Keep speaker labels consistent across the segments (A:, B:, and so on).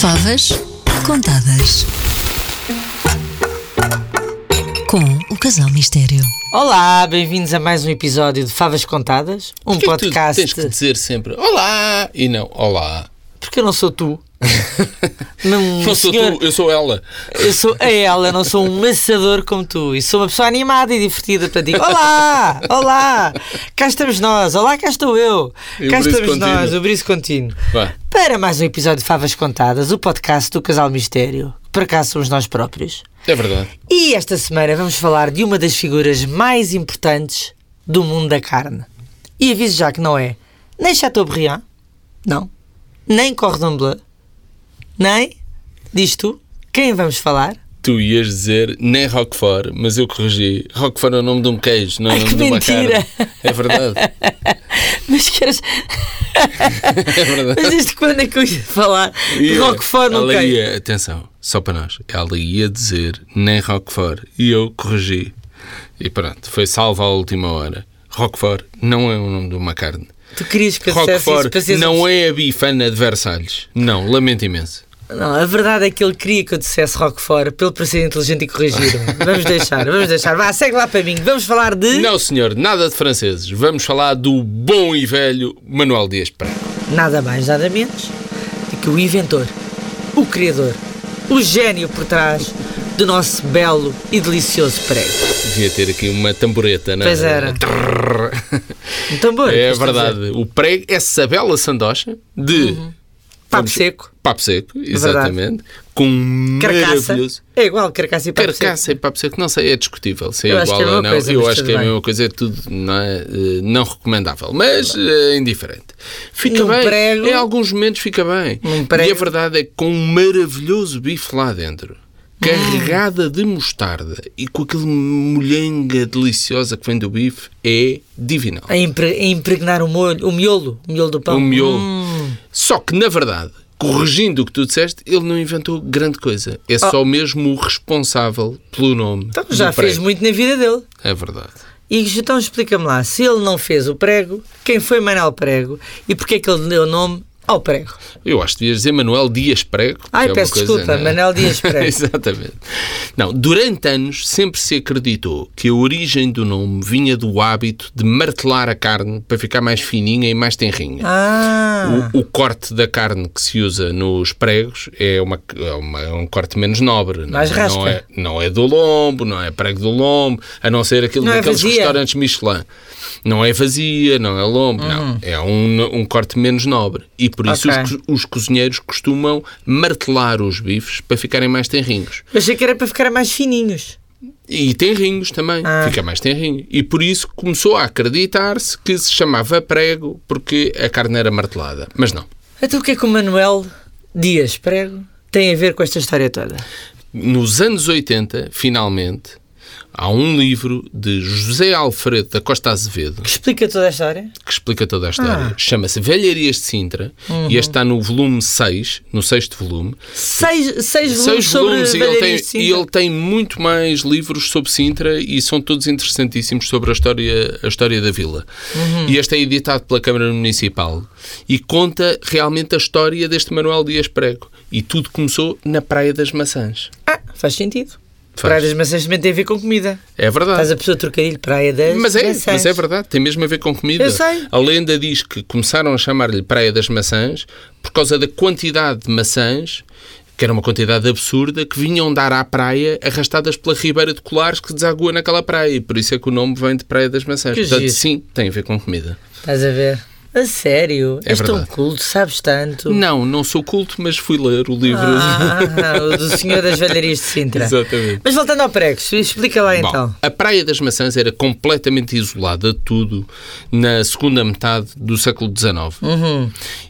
A: Favas contadas. Com o Casal Mistério.
B: Olá, bem-vindos a mais um episódio de Favas Contadas, um
C: Porquê que
B: podcast.
C: Tu tens que dizer sempre Olá e não Olá.
B: Porque eu não sou tu. Não,
C: Não sou
B: Um senhor,
C: tu, eu sou ela.
B: Eu sou a ela, não sou um maçador como tu. E sou uma pessoa animada e divertida. Portanto, digo: Olá, olá, cá estamos nós, olá, cá estou eu.
C: E o
B: cá
C: briso
B: estamos
C: contínuo.
B: nós, o Briso Contínuo.
C: Vá.
B: Para mais um episódio de Favas Contadas, o podcast do Casal Mistério, que por acaso somos nós próprios.
C: É verdade.
B: E esta semana vamos falar de uma das figuras mais importantes do mundo da carne. E aviso já que não é nem Chateaubriand, não, nem Cordon Bleu, nem, diz tu, quem vamos falar?
C: Tu ias dizer nem Roquefort, mas eu corrigi. Roquefort é o nome de um queijo, não é o
B: Ai,
C: nome
B: que
C: de uma
B: mentira.
C: carne. É verdade.
B: Mas queres.
C: É verdade.
B: Mas desde quando é que eu ia falar de Roquefort no
C: ela
B: queijo?
C: ia, atenção, só para nós. Ela ia dizer nem Roquefort e eu corrigi. E pronto, foi salvo à última hora. Roquefort não é o nome de uma carne.
B: Tu querias que eu dissesse isso para assim.
C: Roquefort
B: seres um
C: não é a bifana de Versalhes. Não, lamento imenso.
B: Não, a verdade é que ele queria que eu dissesse Roquefort pelo para ser inteligente e corrigir-me. Vamos deixar, vamos deixar. Vá, segue lá para mim. Vamos falar de.
C: Não, senhor, nada de franceses. Vamos falar do bom e velho Manuel Dias Pereira.
B: nada mais, nada menos do que o inventor, o criador, o gênio por trás do nosso belo e delicioso prego.
C: Devia ter aqui uma tamboreta, não é?
B: Pois era.
C: Trrr.
B: Um tambor.
C: É
B: isto a dizer.
C: verdade. O prego, essa bela sandocha de
B: Papo
C: vamos-
B: seco,
C: papo seco, exatamente, com um
B: carcaça.
C: maravilhoso...
B: É igual carcaça e papo seco.
C: Carcaça e papo seco, não sei, é discutível se é
B: Eu acho
C: igual
B: que é a mesma
C: ou não.
B: coisa,
C: eu
B: mas
C: acho
B: tudo
C: que é a
B: bem.
C: mesma coisa, é tudo não, é, eh, não recomendável, mas eh, indiferente. Fica
B: Num
C: bem,
B: prego-
C: em alguns momentos fica bem.
B: Num
C: E
B: prego-
C: a verdade é que com um maravilhoso bife lá dentro,
B: Hum.
C: carregada de mostarda e com aquele molhenga deliciosa que vem do bife, é divinal.
B: A, impre- a impregnar o molho, o miolo, o miolo do pão.
C: O miolo.
B: Hum,
C: Só que, na verdade, corrigindo o que tu disseste, ele não inventou grande coisa. É só mesmo o responsável pelo nome.
B: Oh. Então
C: do
B: já fez
C: prego.
B: muito na vida dele.
C: É verdade.
B: E então explica-me lá, se ele não fez o prego, quem foi Manuel Prego e porque é que ele deu nome ao prego?
C: Eu acho que devias dizer Manuel Dias Prego. que
B: Ai,
C: é uma
B: peço
C: coisa,
B: desculpa,
C: não é?
B: Manuel Dias Prego.
C: Exatamente. Não, durante anos sempre se acreditou que a origem do nome vinha do hábito de martelar a carne para ficar mais fininha e mais tenrinha.
B: Ah,
C: O, o corte da carne que se usa nos pregos é, uma, é, uma- é um corte menos nobre. não é?
B: Mais rasca.
C: Não é, não é do lombo, não é prego do lombo, a não ser aquilo
B: Não é
C: daqueles
B: vazia.
C: restaurantes Michelin. Não é vazia, não é lombo, não. É um, um corte menos nobre. E por isso
B: Hum. Ok.
C: os, co- os cozinheiros costumam martelar os bifes para ficarem mais tenrinhos.
B: eu achei que era para ficar mais fininhos.
C: E tenrinhos também,
B: Ah.
C: fica mais tenrinho. E por isso começou a acreditar-se que se chamava prego porque a carne era martelada. Mas não.
B: Então o que é que o Manuel Dias Prego tem a ver com esta história toda?
C: Nos anos 80, finalmente, há um livro de José Alfredo da Costa Azevedo
B: Que explica toda a história?
C: que explica toda a história.
B: Ah.
C: Chama-se Velharias de Sintra
B: Uhum.
C: e este está no volume 6, no sexto volume.
B: Seis, seis volumes
C: Seis
B: sobre
C: volumes e ele, tem,
B: Valerius de Sintra.
C: e ele tem muito mais livros sobre Sintra e são todos interessantíssimos sobre a história, a história da vila.
B: Uhum.
C: E este é editado pela Câmara Municipal e conta realmente a história deste Manuel Dias Prego. E tudo começou na Praia das Maçãs.
B: Ah, faz sentido.
C: Faz.
B: Praia das Maçãs também tem a ver com comida.
C: É verdade.
B: Faz a pessoa trocadilho Praia das
C: Mas é,
B: Maçãs.
C: mas é verdade, tem mesmo a ver com comida.
B: Eu sei.
C: A lenda diz que começaram a chamar-lhe Praia das Maçãs por causa da quantidade de maçãs, que era uma quantidade absurda, que vinham dar à praia arrastadas pela Ribeira de Colares que desagua naquela praia. E por isso é que o nome vem de Praia das Maçãs.
B: Que
C: Portanto,
B: giro.
C: sim, tem a ver com comida.
B: Estás a ver? A sério?
C: É
B: És tão
C: verdade.
B: culto, sabes tanto.
C: Não, não sou culto, mas fui ler o livro.
B: Ah, o do Senhor das Velharias de Sintra.
C: Exatamente.
B: Mas voltando ao prego, explica lá
C: Bom,
B: então.
C: a Praia das Maçãs era completamente isolada de tudo na segunda metade do século XIX.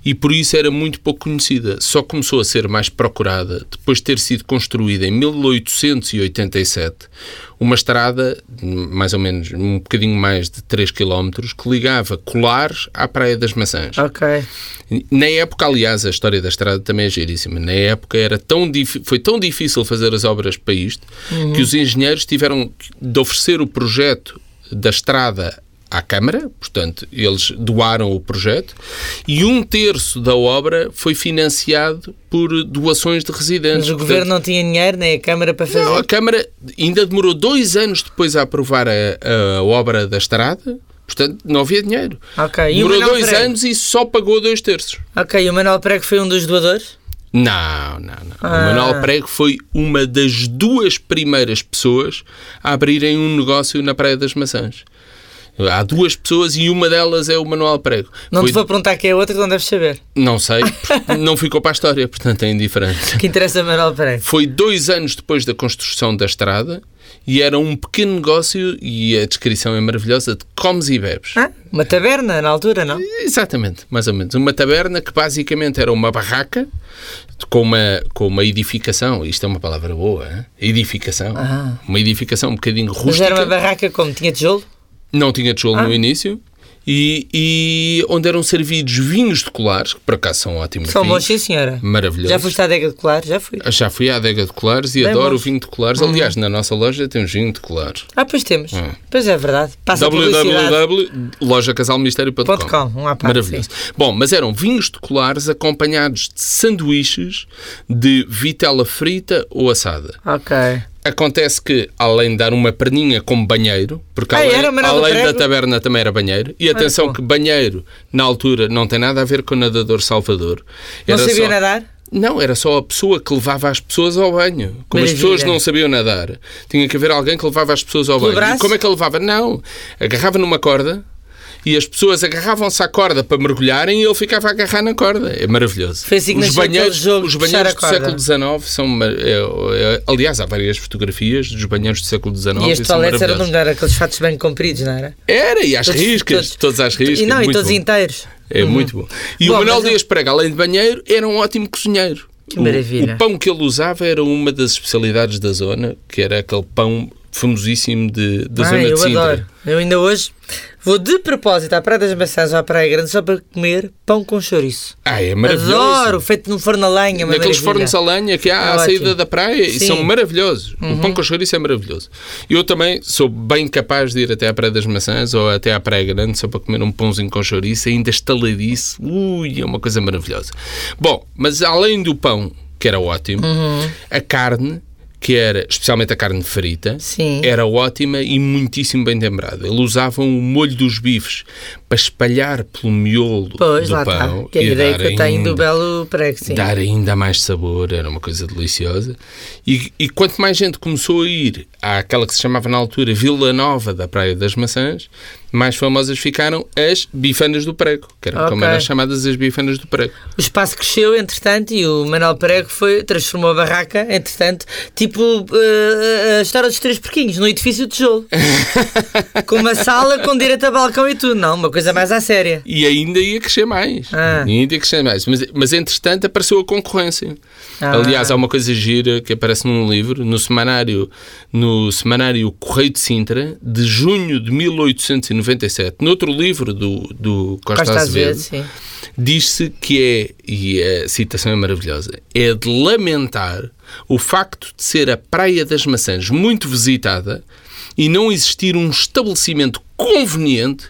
C: E por isso era muito pouco conhecida. Só começou a ser mais procurada depois de ter sido construída em 1887 uma estrada, mais ou menos um bocadinho mais de 3 km, que ligava Colares à Praia das Maçãs.
B: Ok.
C: Na época, aliás, a história da estrada também é giríssima. Na época era tão dif- foi tão difícil fazer as obras para isto que os engenheiros tiveram de oferecer o projeto da estrada à Câmara, portanto, eles doaram o projeto, e um terço da obra foi financiado por doações de residentes.
B: Mas o governo não tinha dinheiro, nem a Câmara para fazer.
C: Não, a Câmara ainda demorou dois anos depois a aprovar a, a obra da estrada, portanto não havia dinheiro.
B: Ok, e o
C: demorou
B: Manuel
C: dois
B: Pereira?
C: anos e só pagou dois terços.
B: Ok, e o Manuel Prego foi um dos doadores?
C: Não, não, não.
B: Ah.
C: O Manuel Prego foi uma das duas primeiras pessoas a abrirem um negócio na Praia das Maçãs. Há duas pessoas e uma delas é o Manuel Prego.
B: Não
C: Foi-
B: te vou perguntar quem é outra, que não deves saber.
C: Não sei, porque não ficou para a história, portanto é indiferente.
B: O que interessa a Manuel Prego?
C: Foi dois anos depois da construção da estrada e era um pequeno negócio, e a descrição é maravilhosa, de comes e bebes.
B: Hã? Uma taberna, na altura, não?
C: Exatamente, mais ou menos. Uma taberna que basicamente era uma barraca com uma, com uma edificação. Isto é uma palavra boa, hein? edificação.
B: Ah.
C: Uma edificação um bocadinho
B: Mas
C: rústica.
B: era uma barraca como? Tinha tijolo?
C: Não tinha tijolo
B: Ah.
C: no início. E, e onde eram servidos vinhos de colares, que por acaso são ótimos
B: São bons,
C: vinhos.
B: um sim, senhora.
C: Maravilhosos.
B: Já foste à década de colar? Já fui.
C: Já fui à adega de colares e
B: Bem
C: adoro
B: bons. Uhum.
C: o vinho de colares. Aliás, na nossa loja tem um vinho de colares.
B: Ah, pois temos. Pois é verdade. Passa a publicidade. Ponto com,
C: www.lojacasalmistério.com
B: um à parte,
C: Maravilhoso. Bom, mas eram vinhos de colares acompanhados de sanduíches de vitela frita ou assada.
B: Ok.
C: Acontece que, além de dar uma perninha como banheiro, porque
B: Ah,
C: além,
B: era, mas era do
C: além da
B: prego.
C: taberna também era banheiro, e atenção
B: bom.
C: que banheiro, na altura, não tem nada a ver com nadador salvador.
B: Não
C: Era
B: sabia
C: só-
B: nadar?
C: não, era só a pessoa que levava as pessoas ao banho. Como as
B: Maravilha.
C: pessoas não sabiam nadar, tinha que haver alguém que levava as pessoas ao
B: Pelo
C: banho. E
B: braço?
C: como é que ele levava? Não, agarrava numa corda e as pessoas agarravam-se à corda para mergulharem e ele ficava a agarrar na corda. É maravilhoso.
B: Foi assim que
C: os
B: nasceu aquele
C: banheiros,
B: jogo
C: os
B: de puxar
C: banheiros
B: a
C: do
B: corda.
C: século XIX são. ma- é- é- aliás, há várias fotografias dos banheiros do século XIX.
B: E as
C: são
B: toaletes eram de
C: maravilhosas.
B: melhor, aqueles fatos bem compridos, não era?
C: Era, e às
B: Todos-
C: riscas,
B: todos-
C: todos, às riscas.
B: E não, e
C: muito
B: todos
C: bom.
B: inteiros.
C: É muito bom.
B: Uhum.
C: E
B: Bom,
C: o Manuel
B: mas eu-
C: Dias Prega, além de banheiro, era um ótimo cozinheiro.
B: Que
C: O-
B: maravilha.
C: O, pão que ele usava era uma das especialidades da zona, que era aquele pão famosíssimo de, da
B: Ai,
C: zona de
B: eu
C: Sintra.
B: adoro. Eu ainda hoje vou de propósito à Praia das Maçãs ou à Praia Grande só para comer pão com chouriço.
C: Ah, é maravilhoso.
B: Adoro, feito num forno a lenha, uma
C: Naqueles
B: maravilha.
C: fornos a lenha que há
B: É
C: à
B: ótimo.
C: saída da praia e
B: Sim. Uhum.
C: são maravilhosos. O pão com chouriço é maravilhoso. Eu também sou bem capaz de ir até à Praia das Maçãs ou até à Praia Grande só para comer um pãozinho com chouriço, ainda estaladiço. Ui, é uma coisa maravilhosa. Bom, mas além do pão, que era ótimo,
B: Uhum.
C: a carne, que era especialmente a carne frita,
B: Sim.
C: era ótima e muitíssimo bem temperada. Eles usavam o molho dos bifes para espalhar pelo miolo
B: Pois,
C: do
B: lá está.
C: pão.
B: Que é a
C: e um
B: ideia
C: dar
B: que eu tenho do
C: ainda-
B: belo prego, sim.
C: dar ainda mais sabor, era uma coisa deliciosa. E, e quanto mais gente começou a ir àquela que se chamava na altura Vila Nova da Praia das Maçãs, mais famosas ficaram as bifanas do prego, que eram como
B: Ok.
C: eram chamadas as bifanas do prego.
B: O espaço cresceu, entretanto, e o Manuel Prego foi, transformou a barraca, entretanto, tipo eh, a história dos três porquinhos, num edifício de tijolo. com uma sala com direito a balcão e tudo. Não, uma coisa mais à séria.
C: E ainda ia crescer mais.
B: Ah.
C: E ainda ia crescer mais. Mas, mas entretanto apareceu a concorrência.
B: Ah.
C: Aliás, há uma coisa gira que aparece num livro, no semanário, no semanário Correio de Sintra, de junho de 1897, noutro livro do, do Costa,
B: Costa
C: Azevedo,
B: Azevedo, sim.
C: diz-se que é, e a citação é maravilhosa, é de lamentar o facto de ser a Praia das Maçãs muito visitada e não existir um estabelecimento conveniente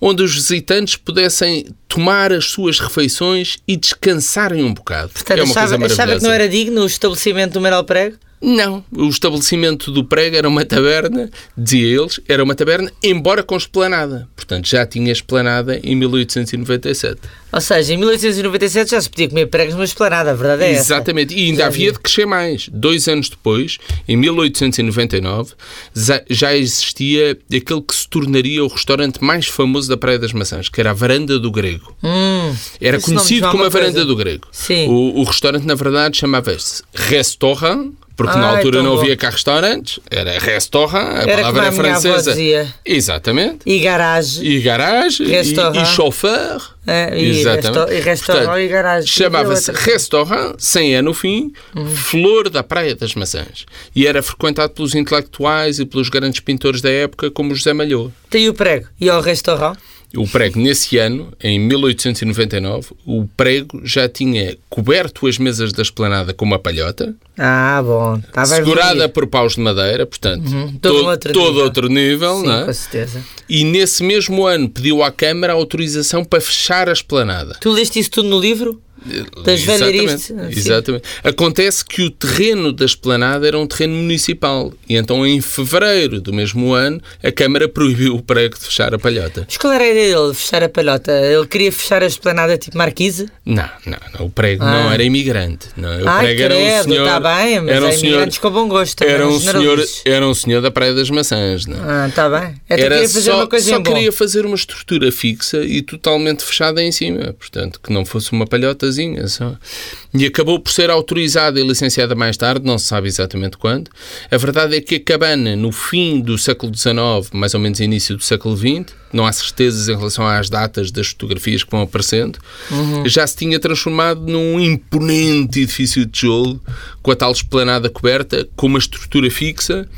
C: onde os visitantes pudessem tomar as suas refeições e descansarem um bocado.
B: Portanto,
C: é uma
B: achava,
C: coisa
B: achava
C: maravilhosa.
B: que não era digno o estabelecimento do Manuel Prego?
C: Não, o estabelecimento do prego era uma taberna, dizia eles, era uma taberna, embora com esplanada. Portanto, já tinha esplanada em 1897.
B: Ou seja, em 1897 já se podia comer pregos numa esplanada, a verdade é essa.
C: Exatamente, e ainda
B: Já
C: havia de crescer mais. Dois anos depois, em 1899, za- já existia aquele que se tornaria o restaurante mais famoso da Praia das Maçãs, que era a Varanda do Grego.
B: Hum,
C: Era
B: Isso não me
C: conhecido
B: diz
C: como a
B: alguma
C: Varanda
B: coisa.
C: do Grego.
B: Sim.
C: O, o restaurante, na verdade, chamava-se Restaurant, porque na
B: Ai,
C: altura
B: tão
C: não
B: bom.
C: havia cá restaurantes, era Restaurant, a
B: Era
C: palavra
B: como a
C: é
B: minha avó
C: francesa.
B: dizia.
C: Exatamente.
B: e garagem.
C: E garage, e,
B: Restaurant.
C: e chauffeur.
B: É, e resto- e restaurant e Uhum. garagem.
C: Chamava-se
B: E outra.
C: Restaurant, sem E no fim, Flor da Praia das Maçãs. E era frequentado pelos intelectuais e pelos grandes pintores da época, como o José Malhou.
B: Tem o prego. E ao restaurante?
C: O prego, nesse ano, em 1899, o prego já tinha coberto as mesas da esplanada com uma palhota,
B: Ah, bom. Estava
C: segurada por paus de madeira, portanto,
B: Todo
C: todo,
B: um outro
C: todo
B: nível.
C: outro nível,
B: Sim,
C: não é?
B: com certeza.
C: E nesse mesmo ano pediu à Câmara autorização para fechar a esplanada.
B: Tu leste isso tudo no livro? Tens de ler
C: Exatamente,
B: isto? Sim.
C: exatamente. Acontece que o terreno da esplanada era um terreno municipal. E então, em fevereiro do mesmo ano, a Câmara proibiu o prego de fechar a palhota.
B: Mas qual era a ideia dele? Fechar a palhota? Ele queria fechar a esplanada tipo marquise?
C: Não, não, não, o prego não era imigrante. Não, o
B: Ah. Ai,
C: prego era um
B: credo,
C: senhor.
B: está bem, mas
C: era um
B: há
C: senhor,
B: imigrantes com bom gosto. também,
C: era um
B: não
C: senhor,
B: generalizes.
C: era um senhor da Praia das Maçãs, não. é?
B: Ah, está bem. Até
C: era
B: queria fazer
C: só,
B: uma coisa
C: só
B: em bom.
C: queria fazer uma estrutura fixa e totalmente fechada em cima, portanto, que não fosse uma palhotazinha só. E acabou por ser autorizada e licenciada mais tarde, não se sabe exatamente quando. A verdade é que a cabana, no fim do século XIX, mais ou menos início do século XX, não há certezas em relação às datas das fotografias que vão aparecendo, já se tinha transformado num imponente edifício de tijolo, com a tal esplanada coberta, com uma estrutura fixa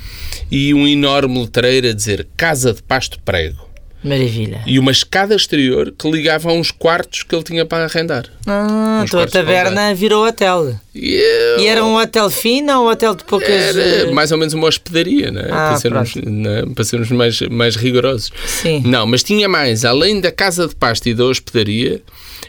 C: e um enorme letreiro a dizer Casa de Pasto Prego
B: Maravilha.
C: e uma escada exterior que ligava a uns quartos que ele tinha para arrendar.
B: Ah,
C: Uns
B: então a
C: quartos para
B: taberna virou hotel.
C: E, eu-
B: E era um hotel fino ou um hotel de poucas... eh,
C: era mais ou menos uma hospedaria, né?
B: Ah,
C: para sermos, né? Para sermos mais, mais rigorosos.
B: Sim.
C: Não, mas tinha mais. Além da casa de pasto e da hospedaria,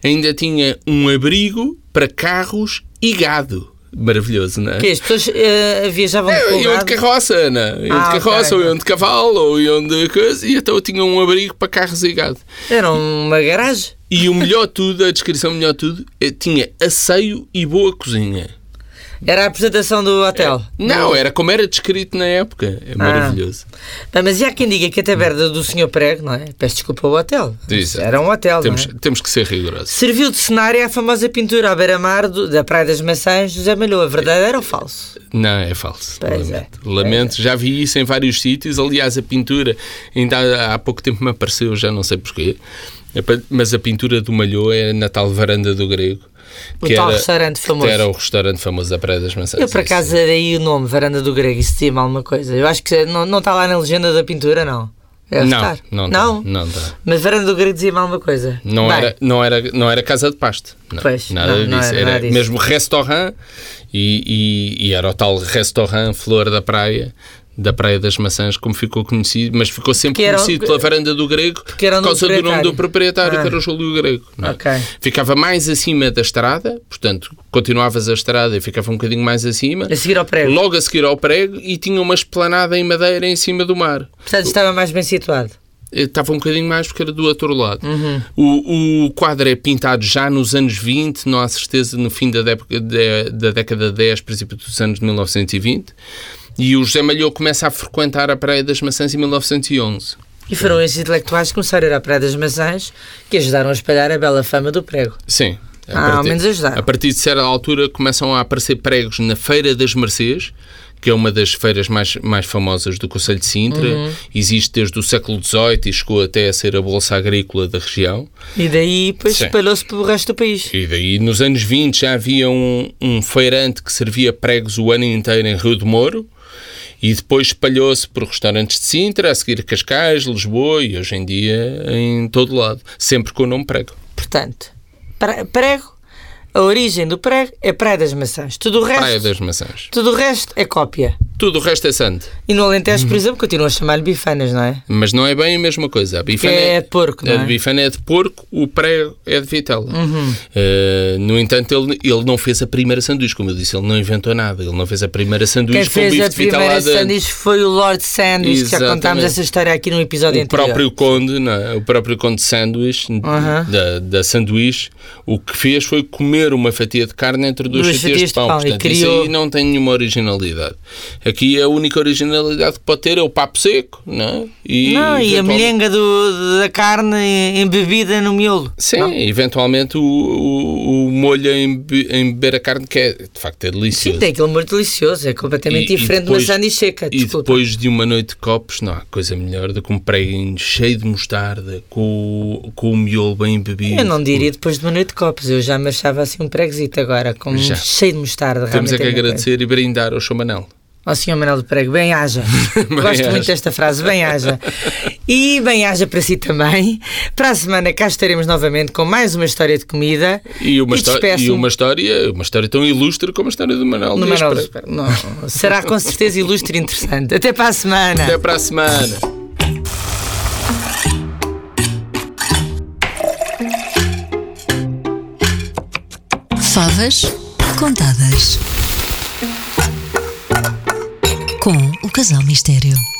C: ainda tinha um abrigo para carros e gado. Maravilhoso, não é?
B: Que as pessoas eh, viajavam de
C: Eu iam de
B: colgado.
C: carroça, Ana. Iam
B: Ah,
C: de carroça,
B: ok.
C: ou iam de cavalo, ou iam de coisa, e então eu tinha um abrigo para carros e gado.
B: Era uma garagem.
C: E o melhor tudo, a descrição melhor tudo, eh, tinha asseio e boa cozinha.
B: Era a apresentação do hotel.
C: Não, era como era descrito na época.
B: Ah,
C: É maravilhoso.
B: Bem, Ah, mas já há quem diga que a taberna do Senhor Prego, não é? Peço desculpa ao hotel.
C: Exato.
B: Era um hotel,
C: Temos,
B: não é?
C: temos que ser rigorosos.
B: Serviu de cenário à famosa pintura à beira-mar do- da Praia das Maçãs de José Malhoa. Verdadeiro ou falso?
C: Não, é falso.
B: Pois é,
C: Lamento.
B: pois
C: Lamento. Já vi isso em vários sítios. Aliás, a pintura, ainda há- há pouco tempo me apareceu, já não sei porquê. É pa- Mas a pintura do Malhô é na tal varanda do grego.
B: O tal restaurante famoso.
C: Que era o restaurante famoso da Praia das Maçãs.
B: Eu, por
C: é isso.
B: acaso, daí o nome, Varanda do Grego, isso dizia-me alguma coisa. Eu acho que não, não está lá na legenda da pintura, não. Deve
C: Não,
B: estar.
C: não, dá,
B: não.
C: não dá.
B: Mas Varanda do Grego dizia-me alguma coisa.
C: Não
B: Bem,
C: era, não, era, não era casa de pasto. Não,
B: Pois, não,
C: nada disso.
B: não era
C: era
B: nada disso.
C: mesmo restaurant e, e- e era o tal restaurant Flor da Praia, da Praia das Maçãs, como ficou conhecido, mas ficou sempre
B: Que era o-
C: conhecido pela varanda do grego por
B: era o nome
C: causa do nome
B: proprietário.
C: do proprietário,
B: Ah.
C: que era o Júlio Grego. não é?
B: Ok.
C: Ficava mais acima da estrada, portanto, continuavas a estrada e ficava um bocadinho mais acima.
B: A seguir ao prego.
C: Logo a seguir ao prego e tinha uma esplanada em madeira em cima do mar.
B: Portanto, estava mais bem situado.
C: Estava um bocadinho mais porque era do outro lado.
B: Uhum.
C: O, o quadro é pintado já nos anos 20, não há certeza, no fim da, déca- da- da década de 10, princípio dos anos de 1920. E o José Malhou começa a frequentar a Praia das Maçãs em 1911.
B: E foram esses intelectuais que começaram a ir à Praia das Maçãs que ajudaram a espalhar a bela fama do prego.
C: Sim. A
B: Ah, ao menos ajudaram.
C: A partir de certa altura começam a aparecer pregos na Feira das Mercês, que é uma das feiras mais, mais famosas do Conselho de Sintra.
B: Uhum.
C: Existe desde o século XVIII e chegou até a ser a Bolsa Agrícola da região.
B: E daí, depois,
C: Sim.
B: espalhou-se pelo resto do país.
C: E daí, nos anos 20, já havia um, um feirante que servia pregos o ano inteiro em Rio de Moro e depois espalhou-se por restaurantes de Sintra, a seguir Cascais, Lisboa e hoje em dia em todo lado, sempre com o nome prego.
B: Portanto, pre- prego, a origem do prego é Praia das Maçãs. Tudo o resto,
C: Praia das Maçãs.
B: tudo o resto é cópia.
C: Tudo o resto é santo.
B: E no Alentejo,
C: Uhum.
B: por exemplo, continuam a chamar-lhe bifanas, não é?
C: Mas não é bem a mesma coisa. A bifana
B: é de porco, não
C: a
B: é? Uhum.
C: bifana é de porco, o prego é de vitela. Eh, no entanto, ele, ele não fez a primeira sanduíche, como eu disse, ele não inventou nada. Ele não fez a primeira sanduíche
B: Quem
C: com bife
B: fez a
C: de vitela
B: primeira
C: adentro.
B: sanduíche foi o Lord Sandwich, que já
C: Exatamente.
B: contámos essa história aqui num episódio
C: o
B: anterior.
C: próprio Conde, não é? o próprio Conde Sandwich, da, da Sanduíche, o que fez foi comer uma fatia de carne entre duas, fatias, de pão.
B: e
C: Portanto,
B: criou-
C: Isso aí não tem nenhuma originalidade. Aqui é a única originalidade que pode ter é o papo seco, não é? E,
B: Não, e a
C: eventualmente-
B: milhenga do- da carne embebida no miolo.
C: Sim, eventualmente o, o, o molho em, be- em beber a carne, que é de facto é
B: Sim,
C: delicioso.
B: tem aquele molho delicioso, é completamente diferente de uma sanduíche seca.
C: E
B: Desculpa.
C: depois de uma noite de copos, não há coisa melhor do que um preguinho cheio de mostarda, com, o- com o miolo bem bebido.
B: Eu não diria depois de uma noite de copos, eu já me achava assim um pregozito agora, com um
C: Já.
B: cheio de mostarda.
C: Temos
B: realmente
C: é que
B: é uma coisa.
C: agradecer e brindar ao Chamanel.
B: Ó senhor Manuel do Prego, bem haja. Gosto
C: haja.
B: muito desta frase, bem haja. E bem haja para si também. Para a semana cá estaremos novamente com mais uma história de comida.
C: E uma, histó- e
B: despeço-me
C: uma história, uma história tão ilustre como a história do Manuel.
B: no
C: Dias
B: Manuel do
C: Pereira.
B: Prego. Não, será com certeza ilustre e interessante. Até para a semana.
C: Até para a semana.
A: Favas contadas. Com o Casal Mistério.